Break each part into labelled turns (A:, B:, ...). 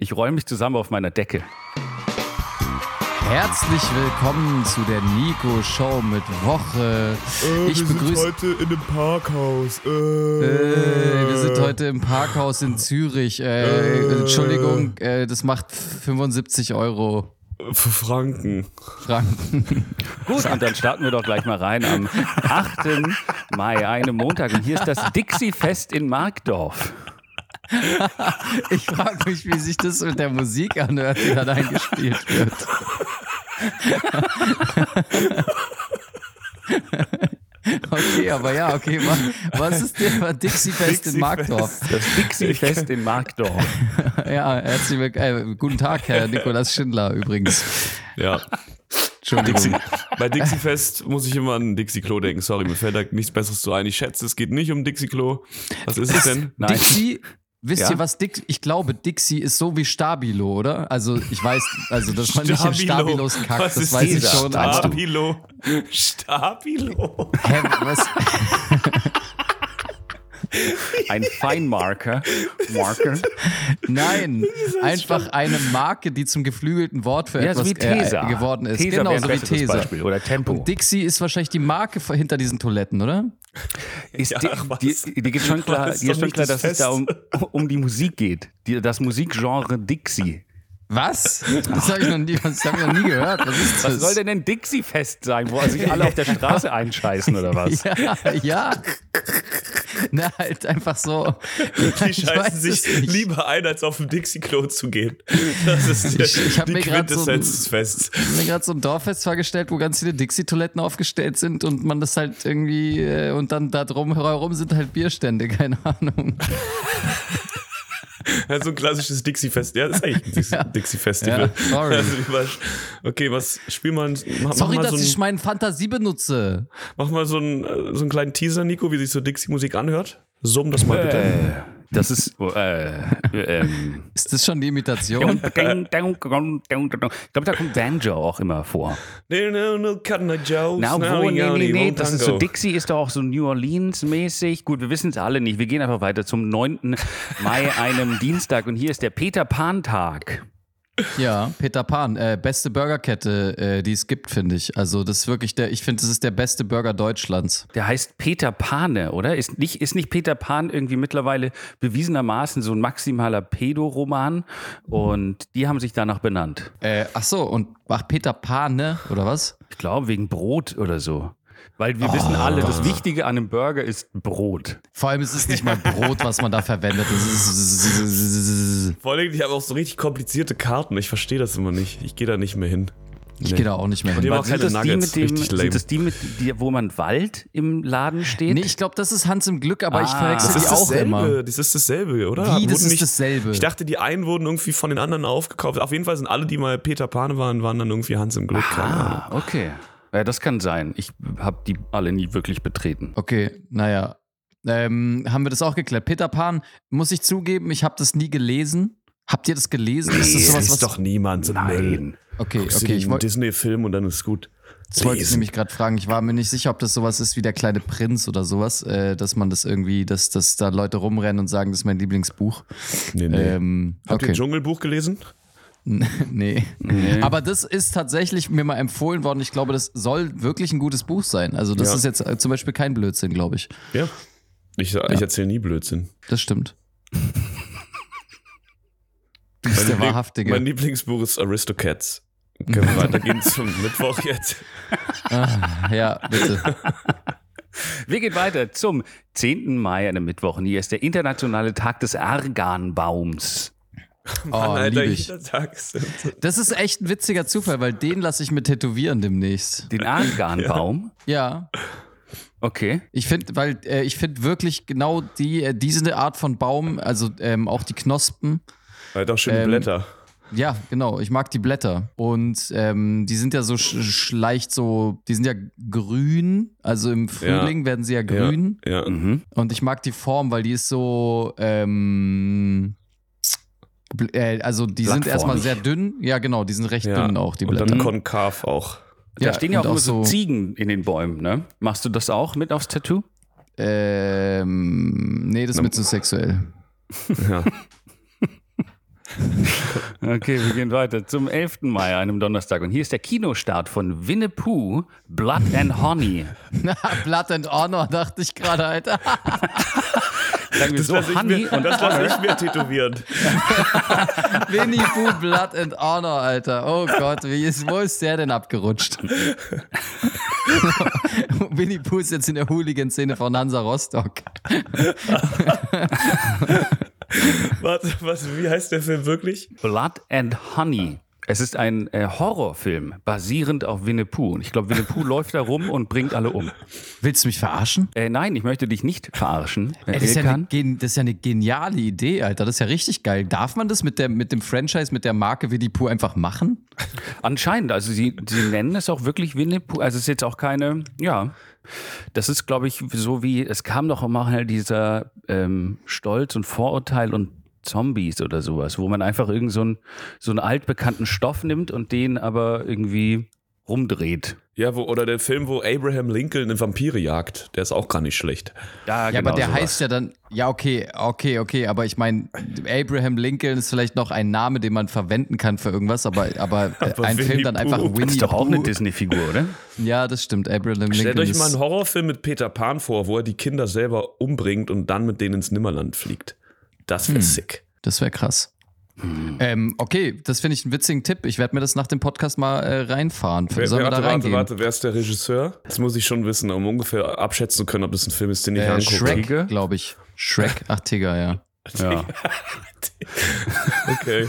A: Ich räume mich zusammen auf meiner Decke.
B: Herzlich willkommen zu der Nico Show mit Woche.
C: Äh,
B: ich
C: wir sind
B: begrüße.
C: heute in einem Parkhaus. Äh,
B: Äh, wir sind heute im Parkhaus in Zürich. Äh,
C: Äh.
B: Entschuldigung, äh, das macht 75 Euro
C: Für Franken.
B: Franken.
A: Gut, und dann starten wir doch gleich mal rein am 8. Mai, einem Montag. Und hier ist das Dixie-Fest in Markdorf.
B: Ich frage mich, wie sich das mit der Musik anhört, die da eingespielt wird. Okay, aber ja, okay. wa- Was ist der Dixie Fest in
C: Dixie
B: Markdorf?
A: Das Dixie-Fest in Markdorf.
B: Ja, herzlich willkommen. Äh, guten Tag, Herr Nikolaus Schindler übrigens.
C: Ja. Dixie.
B: Entschuldigung.
C: Bei Dixie Fest muss ich immer an Dixie Klo denken. Sorry, mir fällt da nichts Besseres zu ein. Ich schätze, es geht nicht um Dixie Klo. Was ist es denn?
A: Nein.
B: Dixie, wisst
A: Ja?
B: ihr was? Dix, ich glaube, Dixie ist so wie Stabilo, oder? Also ich weiß, also das war nicht in Stabilos Kack,
C: Was
B: das
C: ist
B: weiß ich
A: dieser?
B: schon.
A: Meinst du?
C: Stabilo. Stabilo.
B: Hä, was?
A: Ein Feinmarker. Marker.
B: Nein, einfach eine Marke, die zum geflügelten Wort für
A: Ja, so
B: etwas
A: wie
B: äh,
A: Tesa.
B: geworden ist.
A: Tesa
B: genau
A: wäre ein
B: so wie
A: besseres
B: Tesa.
A: Beispiel. Oder Tempo.
B: Und Dixie ist wahrscheinlich die Marke vor- hinter diesen Toiletten, oder?
A: Ist
C: Ja,
A: die,
C: ach, was?
A: die, die geht schon klar,
C: Das ist
A: die ist
C: doch
A: schon
C: nicht
A: klar dass
C: das
A: es da um, um die Musik geht. Die, das Musikgenre Dixie.
B: Was? Das habe ich, noch nie- das hab ich noch nie gehört. Was ist das?
A: Was soll denn ein Dixie-Fest sein, wo sich alle auf der Straße einscheißen oder was?
B: Ja, ja. Na, halt einfach so.
C: Die
B: Ich weiß
C: scheißen
B: es
C: sich
B: nicht.
C: lieber ein, als auf ein Dixie-Klo zu gehen. Das ist der,
B: Ich- ich hab
C: die
B: mir grad so ein-
C: Quintessenz des Fests.
B: Ich habe mir gerade so ein Dorffest vorgestellt, wo ganz viele Dixie-Toiletten aufgestellt sind und man das halt irgendwie äh, und dann da drum herum sind halt Bierstände, keine Ahnung.
C: Ja, so ein klassisches Dixie-Fest. Ja, das ist eigentlich ein Dixi- Dixie-Festival.
B: Ja, sorry.
C: Also, wie war- okay, was spiel mal, ein- mach,
B: Sorry,
C: mach mal,
B: dass
C: so,
B: ich
C: ein,
B: meine Fantasie benutze.
C: mach mal so, einen, äh, so einen kleinen Teaser, Nico, wie sich so Dixie-Musik anhört. Summ das mal bitte.
A: Äh, das ist. Äh, ähm,
B: Ist das schon die Imitation?
A: Ich glaube, da kommt Banjo auch immer vor.
C: Nee, no, no, Cutting the Joes.
A: Na,
C: no,
A: obwohl, nee,
C: no,
A: nee,
C: no,
A: nee, das ist so
C: Tango.
A: Dixie ist doch auch so New Orleans-mäßig. Gut, wir wissen es alle nicht. Wir gehen einfach weiter zum 9. Mai, einem Dienstag. Und hier ist der Peter Pan-Tag.
B: Ja, Peter Pan, äh, beste Burgerkette, äh, die es gibt, finde ich. Also das ist wirklich der, ich finde, das ist der beste Burger Deutschlands.
A: Der heißt Peter Pane, oder? Ist nicht, ist nicht Peter Pan irgendwie mittlerweile bewiesenermaßen so ein maximaler Pedo-Roman? Und die haben sich danach benannt.
B: Äh, ach so, und ach, Peter Pan, ne? Oder was?
A: Ich glaube, wegen Brot oder so. Weil wir wissen alle, das Wichtige an einem Burger ist Brot.
B: Vor allem ist es nicht mal Brot, was man da verwendet. Das ist-
C: Vor allem, die haben auch so richtig komplizierte Karten. Ich verstehe das immer nicht. Ich gehe da nicht mehr hin.
B: Ich gehe da auch nicht mehr
C: Die
B: hin.
C: haben auch
A: Sind
C: keine
A: das, die
C: Nuggets.
A: mit dem,
C: richtig lame.
A: sind das die, mit die, wo man Wald im Laden steht?
B: Nee, ich glaube, das ist Hans im Glück, aber ich
A: Ah.
B: verwechsel
C: Das
B: die
C: ist
B: auch
C: dasselbe,
B: immer.
C: das ist dasselbe, oder?
B: Wie, das
C: Ah, Wurden
B: ist
C: nicht-
B: dasselbe.
C: Ich dachte, die einen wurden irgendwie von den anderen aufgekauft. Auf jeden Fall sind alle, die mal Peter Pan waren, waren dann irgendwie Hans im Glück. Keine Ahnung.
A: Ah, okay. Ja, das kann sein. Ich habe die alle nie wirklich betreten.
B: Okay, naja. Ähm, haben wir das auch geklärt? Peter Pan, muss ich zugeben, ich habe das nie gelesen. Habt ihr das gelesen? ist das
C: Das
B: sowas,
C: ist
B: was.
C: doch niemand so ein Müll.
B: okay,
C: Guckst
B: okay.
C: dir
B: Ich
C: einen
B: wollte
C: Disney-Film und dann ist gut.
B: das wollte ich
C: Lesen.
B: nämlich gerade fragen. Ich war mir nicht sicher, ob das sowas ist wie der kleine Prinz oder sowas, äh, dass man das irgendwie, dass, dass da Leute rumrennen und sagen, das ist mein Lieblingsbuch.
C: Nee, nee.
B: Ähm,
C: Habt ihr
B: okay.
C: Dschungelbuch gelesen?
B: Nee. Aber das ist tatsächlich mir mal empfohlen worden. Ich glaube, das soll wirklich ein gutes Buch sein. Also, das
C: Ja.
B: ist jetzt äh, zum Beispiel kein Blödsinn, glaube ich.
C: Ja. Ich, ich erzähle nie Blödsinn.
B: Das stimmt. Du bist der
C: Liebling-
B: Wahrhaftige.
C: Mein Lieblingsbuch ist Aristocats. Können wir weitergehen zum Mittwoch jetzt?
B: ja, bitte.
A: Wir gehen weiter zum 10. Mai, einem Mittwoch. Und hier ist der internationale Tag des Arganbaums.
B: Oh,
C: Alter,
B: lieb ich.
C: jeder Tag ist
B: Das ist echt ein witziger Zufall, weil den lasse ich mir tätowieren demnächst.
A: Den Arganbaum?
B: Ja,
A: Okay.
B: ich finde, weil äh, ich finde wirklich genau die äh, diese Art von Baum, also ähm, auch die Knospen.
C: Halt auch schöne
B: Ähm,
C: Blätter.
B: Ja, genau. Ich mag die Blätter und ähm, die sind ja so sch sch- leicht so, die sind ja grün. Also im Frühling werden sie ja grün. Hm,
C: Ja. ja.
A: Mhm.
B: Und ich mag die Form, weil die ist so. Ähm, bl- äh, also die sind
A: Blattformig.
B: erstmal sehr dünn. Ja, genau, die sind recht
C: ja.
B: dünn auch, die
C: und
B: Blätter.
C: dann konkav auch.
A: Da stehen ja auch
B: und
A: immer so Ziegen in den Bäumen, ne? Machst du das auch mit aufs Tattoo?
B: ähm, nee, das ist mir zu sexuell.
C: Ja.
A: Okay, wir gehen weiter zum 11. Mai, einem Donnerstag. Und hier ist der Kinostart von Winnie Pooh, Blood and Honey.
B: Blood and Honor, dachte ich gerade, Alter.
A: Sagen wir
C: Das
A: so,
C: lasse ich
A: Honey
C: mir,
A: und
C: das lasse ich mir tätowieren.
B: Winnie Pooh, Blood and Honor, Alter. Oh Gott, wie ist, wo ist der denn abgerutscht? Winnie Pooh ist jetzt in der Hooligan-Szene von Hansa Rostock.
C: Warte, was, wie heißt der Film wirklich?
A: Blood and Honey. Es ist ein äh, Horrorfilm basierend auf Winnie Pooh. Und ich glaube, Winnie Pooh läuft da rum und bringt alle um.
B: Willst du mich verarschen?
A: Äh, nein, ich möchte dich nicht verarschen. Äh,
B: Ey, das, ist ja eine,
A: Ilkan.
B: gen- das ist ja eine geniale Idee, Alter. Das ist ja richtig geil. Darf man das mit, der, mit dem Franchise, mit der Marke Winnie Pooh einfach machen?
A: Anscheinend, also sie, sie nennen es auch wirklich Winnie Pooh. Also es ist jetzt auch keine, ja. Das ist, glaube ich, so wie, es kam doch immer halt dieser ähm, Stolz und Vorurteil und Zombies oder sowas, wo man einfach irgend so, einen so einen altbekannten Stoff nimmt und den aber irgendwie rumdreht.
C: Ja, wo, oder der Film, wo Abraham Lincoln einen Vampire jagt. Der ist auch gar nicht schlecht.
A: Ja,
B: Ja,
A: genau
B: aber der
A: sowas.
B: heißt ja dann, ja, okay, okay, okay, aber ich meine, Abraham Lincoln ist vielleicht noch ein Name, den man verwenden kann für irgendwas, aber, aber, äh,
C: Aber
B: ein Film
C: Winnie
B: dann einfach
C: Pooh.
B: Winnie
A: ist doch auch eine
B: Pooh.
A: Disney-Figur, oder?
B: Ja, das stimmt, Abraham
C: Stellt
B: Lincoln
C: euch mal
B: ist
C: einen Horrorfilm mit Peter Pan vor, wo er die Kinder selber umbringt und dann mit denen ins Nimmerland fliegt. Das wäre sick.
B: Das wäre krass.
C: Hm.
B: Ähm, okay, das finde ich einen witzigen Tipp. Ich werde mir das nach dem Podcast mal äh, reinfahren.
C: Wer,
B: Sollen wir da
C: warte, warte,
B: reingehen?
C: warte, wer ist der Regisseur? Das muss ich schon wissen, um ungefähr abschätzen zu können, ob das ein Film ist, den ich
B: Äh,
C: angucke.
A: Tiger?
B: Shrek, glaube ich. Shrek, ach Tigger, ja.
A: Ja.
C: Okay.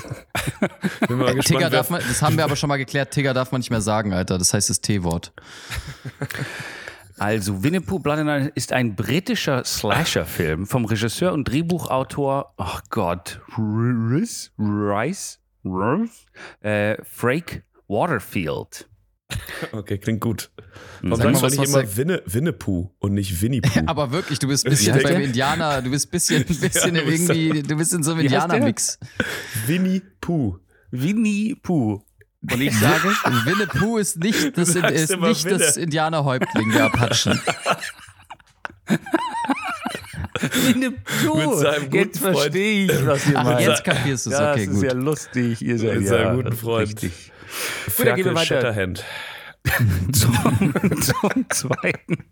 C: Bin mal gespannt.
B: Äh, Tigger
C: wer-
B: darf man, das haben wir aber schon mal geklärt, Tigger darf man nicht mehr sagen, Alter. Das heißt das T-Wort.
A: Also, Winnie Pooh Blood and Honey ist ein britischer Slasher-Film vom Regisseur und Drehbuchautor, ach Gott, Rice, Rice, Rice, äh, Frake Waterfield.
C: okay, klingt gut. Warum
B: Sag mal
C: sagst du
B: was,
C: nicht
B: was
C: immer Winne, Winnepu und nicht Winnie-Pooh?
B: Aber wirklich, du bist ein bisschen
C: heißt
B: beim
C: der?
B: Indianer, du bist ein bisschen, ein bisschen
C: Ja, du bist
B: irgendwie, du bist in so einem
A: Wie heißt der?
B: Indianer-Mix.
C: Winnie-Pooh.
A: Winnie Pooh. Und ich sage,
B: Sage, Winne Pooh ist nicht das,
C: sagst
B: ist
C: immer
B: nicht das
C: Winne.
B: Indianerhäuptling der Apachen.
A: Winnie
C: Mit
A: Pooh.
C: seinem guten
A: Jetzt
C: Freund. Ah,
A: verstehe ich, was ihr
B: Ach,
A: meint.
B: jetzt kapierst du es.
A: ja,
B: okay,
A: das
B: gut.
A: ist ja lustig. Ihr seid
C: Mit
A: ja,
C: seinem guten Freund.
A: Richtig. Gut, dann gehen wir
C: Ferkel
A: weiter.
C: Shatterhand.
A: zum, zum zweiten.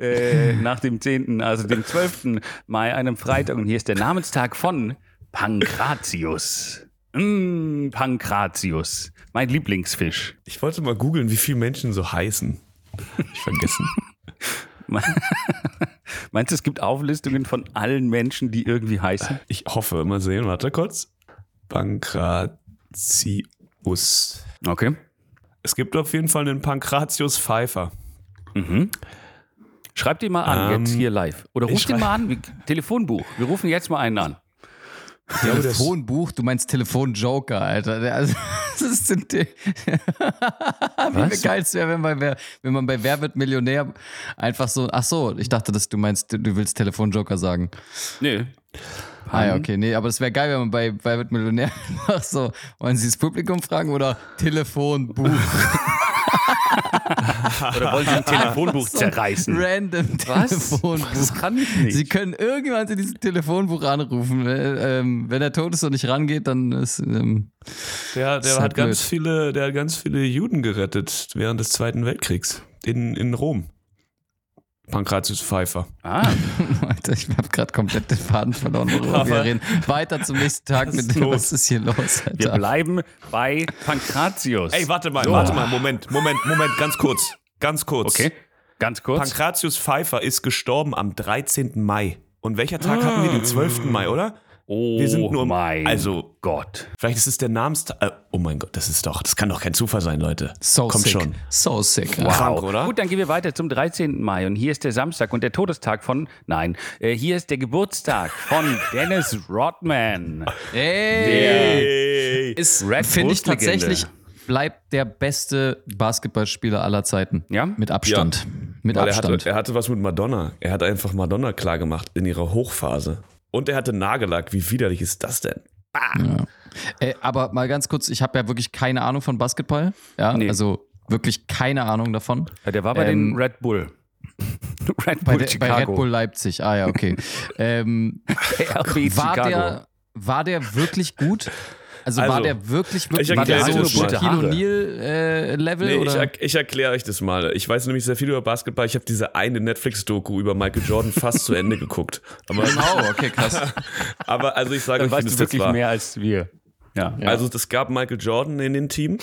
A: Äh, nach dem 10., also dem 12. Mai, einem Freitag. Und hier ist der Namenstag von Pankratius. Mm, Pankratius. Mein Lieblingsfisch.
C: Ich wollte mal googeln, wie viele Menschen so heißen. Ich vergessen.
A: Meinst du, es gibt Auflistungen von allen Menschen, die irgendwie heißen?
C: Ich hoffe, mal sehen. Warte kurz. Pankratius.
A: Okay.
C: Es gibt auf jeden Fall einen Pankratius Pfeiffer.
A: Mhm. Schreibt ihn mal an,
C: Ähm,
A: jetzt hier live. Oder
C: ich
A: ruft ihn
C: schrei-
A: mal an, wie, Telefonbuch. Wir rufen jetzt mal einen an.
B: Telefonbuch, du meinst Telefonjoker, Alter. Der- Also, das ist ein Te Ah, Wie
A: Was?
B: geil es wäre, wenn, bei Wer- wenn man bei Wer wird Millionär einfach so, ach so, ich dachte, dass du meinst, du- du willst Telefonjoker sagen.
A: Nö.
B: Ah ja, okay, nee, aber es wäre geil, wenn man bei Wer wird Millionär einfach so, wollen Sie das Publikum fragen oder Telefonbuch?
A: Oder wollen Sie ein Telefonbuch zerreißen?
B: Random
A: Was?
B: Telefonbuch.
A: Das kann ich nicht.
B: Sie können irgendwann in dieses Telefonbuch anrufen. Äh, ähm, Wenn er tot ist und nicht rangeht, dann ist. Ähm,
C: Der, der
B: Ist
C: hat
B: ja
C: ganz viele, der hat ganz viele Juden gerettet während des Zweiten Weltkriegs in, in Rom. Pankratius Pfeiffer.
A: ah,
B: Alter, ich habe gerade komplett den Faden verloren, worüber wir
C: Aber-
B: reden. Weiter zum nächsten Tag mit
C: ist
B: dem,
C: los?
B: was ist hier los,
A: Wir
B: Alter?
A: bleiben bei Pankratius.
C: Ey, warte mal,
A: So.
C: warte mal, Moment, Moment, Moment, ganz kurz. Ganz kurz.
A: Okay, ganz kurz.
C: Pankratius Pfeiffer ist gestorben am 13. Mai. Und welcher Tag hatten
A: Ah.
C: wir? Den 12. Mai, oder?
A: oh
C: Wir sind nur im-
A: mein
C: also-
A: Gott.
C: Vielleicht ist es der Namenstag. Äh, oh mein Gott, das ist doch, das kann doch kein Zufall sein, Leute.
B: So
C: Kommt
B: sick.
C: schon.
B: So sick.
C: Wow.
B: Alter.
C: Krank, oder?
A: Gut, dann gehen wir weiter zum 13. Mai und hier ist der Samstag und der Todestag von, nein, äh, hier ist der Geburtstag von Dennis Rodman.
B: Ey!
C: Ey.
B: Ist,
A: Red
B: finde ich
A: Bull-Legende.
B: tatsächlich, bleibt der beste Basketballspieler aller Zeiten.
A: Ja?
B: Mit Abstand. Mit
C: Weil er hatte,
B: Abstand.
C: er hatte was mit Madonna. Er hat einfach Madonna klargemacht in ihrer Hochphase. Und er hatte Nagellack. Wie widerlich ist das denn?
B: Ey, Äh, aber mal ganz kurz, ich habe ja wirklich keine Ahnung von Basketball. Ja,
A: Nee.
B: also wirklich keine Ahnung davon.
A: Ja, Der war bei
B: Ähm,
A: den Red Bull. Red Bull
B: Bei, der, bei
A: Chicago.
B: Red Bull Leipzig. Ah ja, okay. ähm,
A: RB
B: war
A: Chicago.
B: der, War der wirklich gut? Also, war
C: Also,
B: der wirklich,
C: ich
B: wirklich war der
C: erkläre
B: so
C: dir das mal.
B: Shaquille O'Neal-Level?
C: Nee, ich,
B: äh, oder?
C: erk- ich erkläre euch das mal. Ich weiß nämlich sehr viel über Basketball. Ich habe diese eine Netflix-Doku über Michael Jordan fast zu Ende geguckt. Aber,
B: Genau, okay, krass.
C: aber also ich sage
A: Dann
C: euch, wie
A: weißt
C: das
A: du
C: jetzt
A: wirklich
C: war.
A: mehr als wir. Ja. Mhm.
C: Also es gab Michael Jordan in dem Team,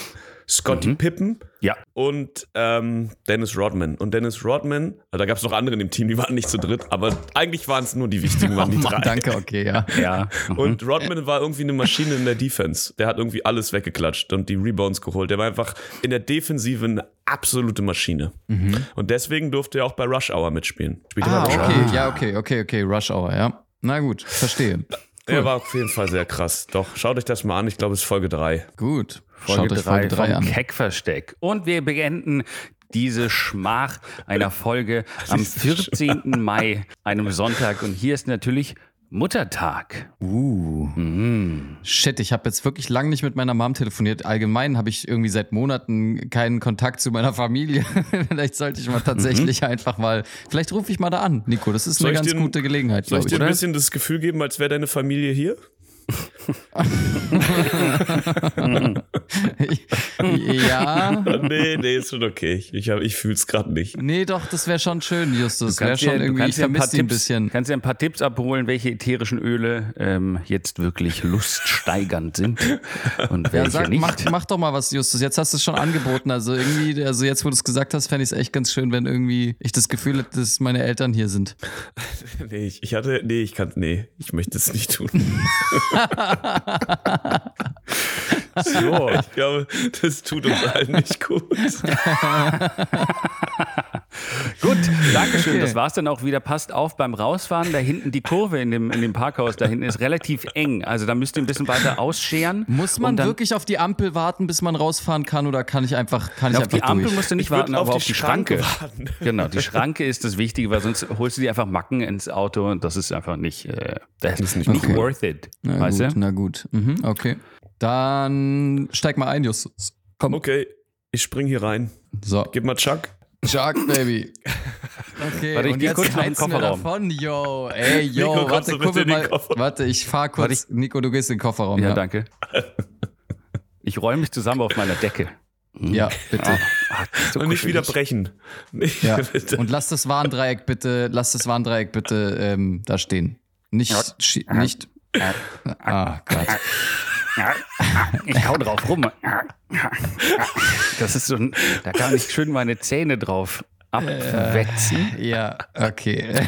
C: Scottie Pippen
A: Ja.
C: und ähm, Dennis Rodman. Und Dennis Rodman, also da gab es noch andere in dem Team, die waren nicht zu dritt, aber eigentlich waren es nur die wichtigen, waren die drei.
B: Mann, danke, okay, ja.
A: Ja.
C: Und Rodman war irgendwie eine Maschine in der Defense. Der hat irgendwie alles weggeklatscht und die Rebounds geholt. Der war einfach in der Defensive eine absolute Maschine. Und deswegen durfte er auch bei Rush Hour mitspielen. Spielte
B: Ah,
C: Mhm. bei Genau, Rush
B: okay, ja, okay, okay, okay, Rush Hour, ja. Na gut, verstehe.
C: Hour. Er war auf jeden Fall sehr krass. Doch, schaut euch das mal an. Ich glaube, es ist Folge 3.
B: Gut.
A: Folge
B: Schaut
A: 3
B: euch Folge 3
A: vom
B: an.
A: Keckversteck. Und wir beenden diese Schmach einer Folge am 14. Mai, einem Sonntag. Und hier ist natürlich Muttertag.
B: Shit, ich habe jetzt wirklich lange nicht mit meiner Mom telefoniert. Allgemein habe ich irgendwie seit Monaten keinen Kontakt zu meiner Familie. vielleicht sollte ich mal tatsächlich einfach mal. Vielleicht rufe ich mal da an, Nico. Das ist
C: Soll
B: eine
C: ich
B: ganz
C: dir-
B: gute Gelegenheit,
C: Soll ich
B: glaube
C: dir
B: ich.
C: ein bisschen das Gefühl geben, als wäre deine Familie hier?
B: ja.
C: nee, nee, ist schon okay. Ich, ich, hab- ich fühle es gerade nicht.
B: Nee, doch, das wäre schon schön, Justus.
A: Du
B: Wäre
A: kannst
B: schon
A: dir- du
B: irgendwie,
A: kannst
B: ich
A: dir
B: vermisse die ein
A: Tipps,
B: bisschen.
A: Kannst dir ein paar Tipps abholen, welche ätherischen Öle ähm, jetzt wirklich luststeigernd sind und welche
B: Ja, sag,
A: nicht.
B: mach, mach doch mal was, Justus. Jetzt hast du es schon angeboten. Also irgendwie, also jetzt, wo du es gesagt hast, fände ich es echt ganz schön, wenn irgendwie ich das Gefühl hätte, dass meine Eltern hier sind.
C: Nee, ich, ich hatte, nee, ich kann, nee, ich möchte es nicht tun.
A: so.
C: Ich glaube, das tut uns allen nicht gut.
A: Gut, Dankeschön.
B: Okay.
A: Das war's dann auch wieder. Passt auf beim Rausfahren. Da hinten die Kurve in dem, in dem Parkhaus, da hinten ist relativ eng. Also da müsst ihr ein bisschen weiter ausscheren.
B: Muss man
A: Und dann,
B: wirklich auf die Ampel warten, bis man rausfahren kann oder kann ich einfach, kann ich
A: Auf die
B: einfach
A: Ampel
B: durch?
A: musst du nicht
C: Ich würd
A: warten, aber auf die Schranke. Genau, die Schranke ist das Wichtige, weil sonst holst du dir einfach Macken ins Auto und das ist einfach nicht, äh, das ist nicht,
B: cool.
A: worth it.
B: Na
A: weißt
B: gut,
A: du?
B: na gut. Mhm, okay. Dann steig mal ein, Justus. Komm.
C: Okay, ich spring hier rein.
B: So.
C: Gib mal Chuck.
B: Shark Baby. Okay,
A: Warte, ich
B: und
A: geh
B: jetzt
A: kurz noch in den
B: heizen wir
A: Kofferraum.
B: davon, yo. Ey, yo,
C: Nico, kommst
B: warte,
C: du bitte
B: guck
C: in den
B: mal.
C: Kofferraum?
B: Warte, ich fahr kurz. Nico, du gehst in den Kofferraum.
A: Ja, danke. Ich räume mich zusammen auf meiner Decke.
B: Ja, bitte.
A: Ah, das ist so
C: Und nicht wieder
A: kuschelig.
C: brechen. Nicht
B: Ja.
C: bitte.
B: Und lass das Warndreieck bitte, lass das Warndreieck bitte ähm, da stehen. Nicht, schi- nicht. Ah, Gott.
A: Ich hau drauf rum. Das ist so ein, da kann ich schön meine Zähne drauf abwetzen.
B: Ja, okay.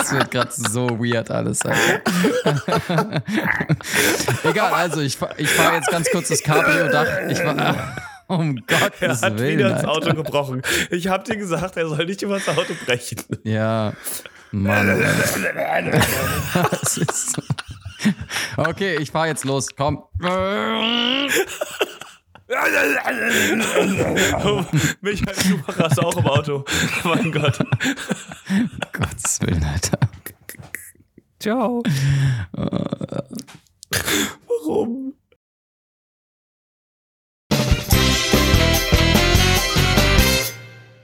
B: Es wird gerade so weird alles. Alter. Egal, also ich, fahr- ich fahre jetzt ganz kurz das Cabrio-Dach. Ich war. Um
C: Er
B: Gottes
C: hat
B: Willen.
C: wieder ins
B: Alter.
C: Auto gebrochen. Ich hab dir gesagt, er soll nicht über das Auto brechen.
B: Ja. Mann. Alter. Das ist so- okay, ich fahr jetzt los. Komm.
C: Oh, Michael Schumacher ist auch im Auto. Mein Gott.
B: Gottes Willen, Alter.
A: Ciao.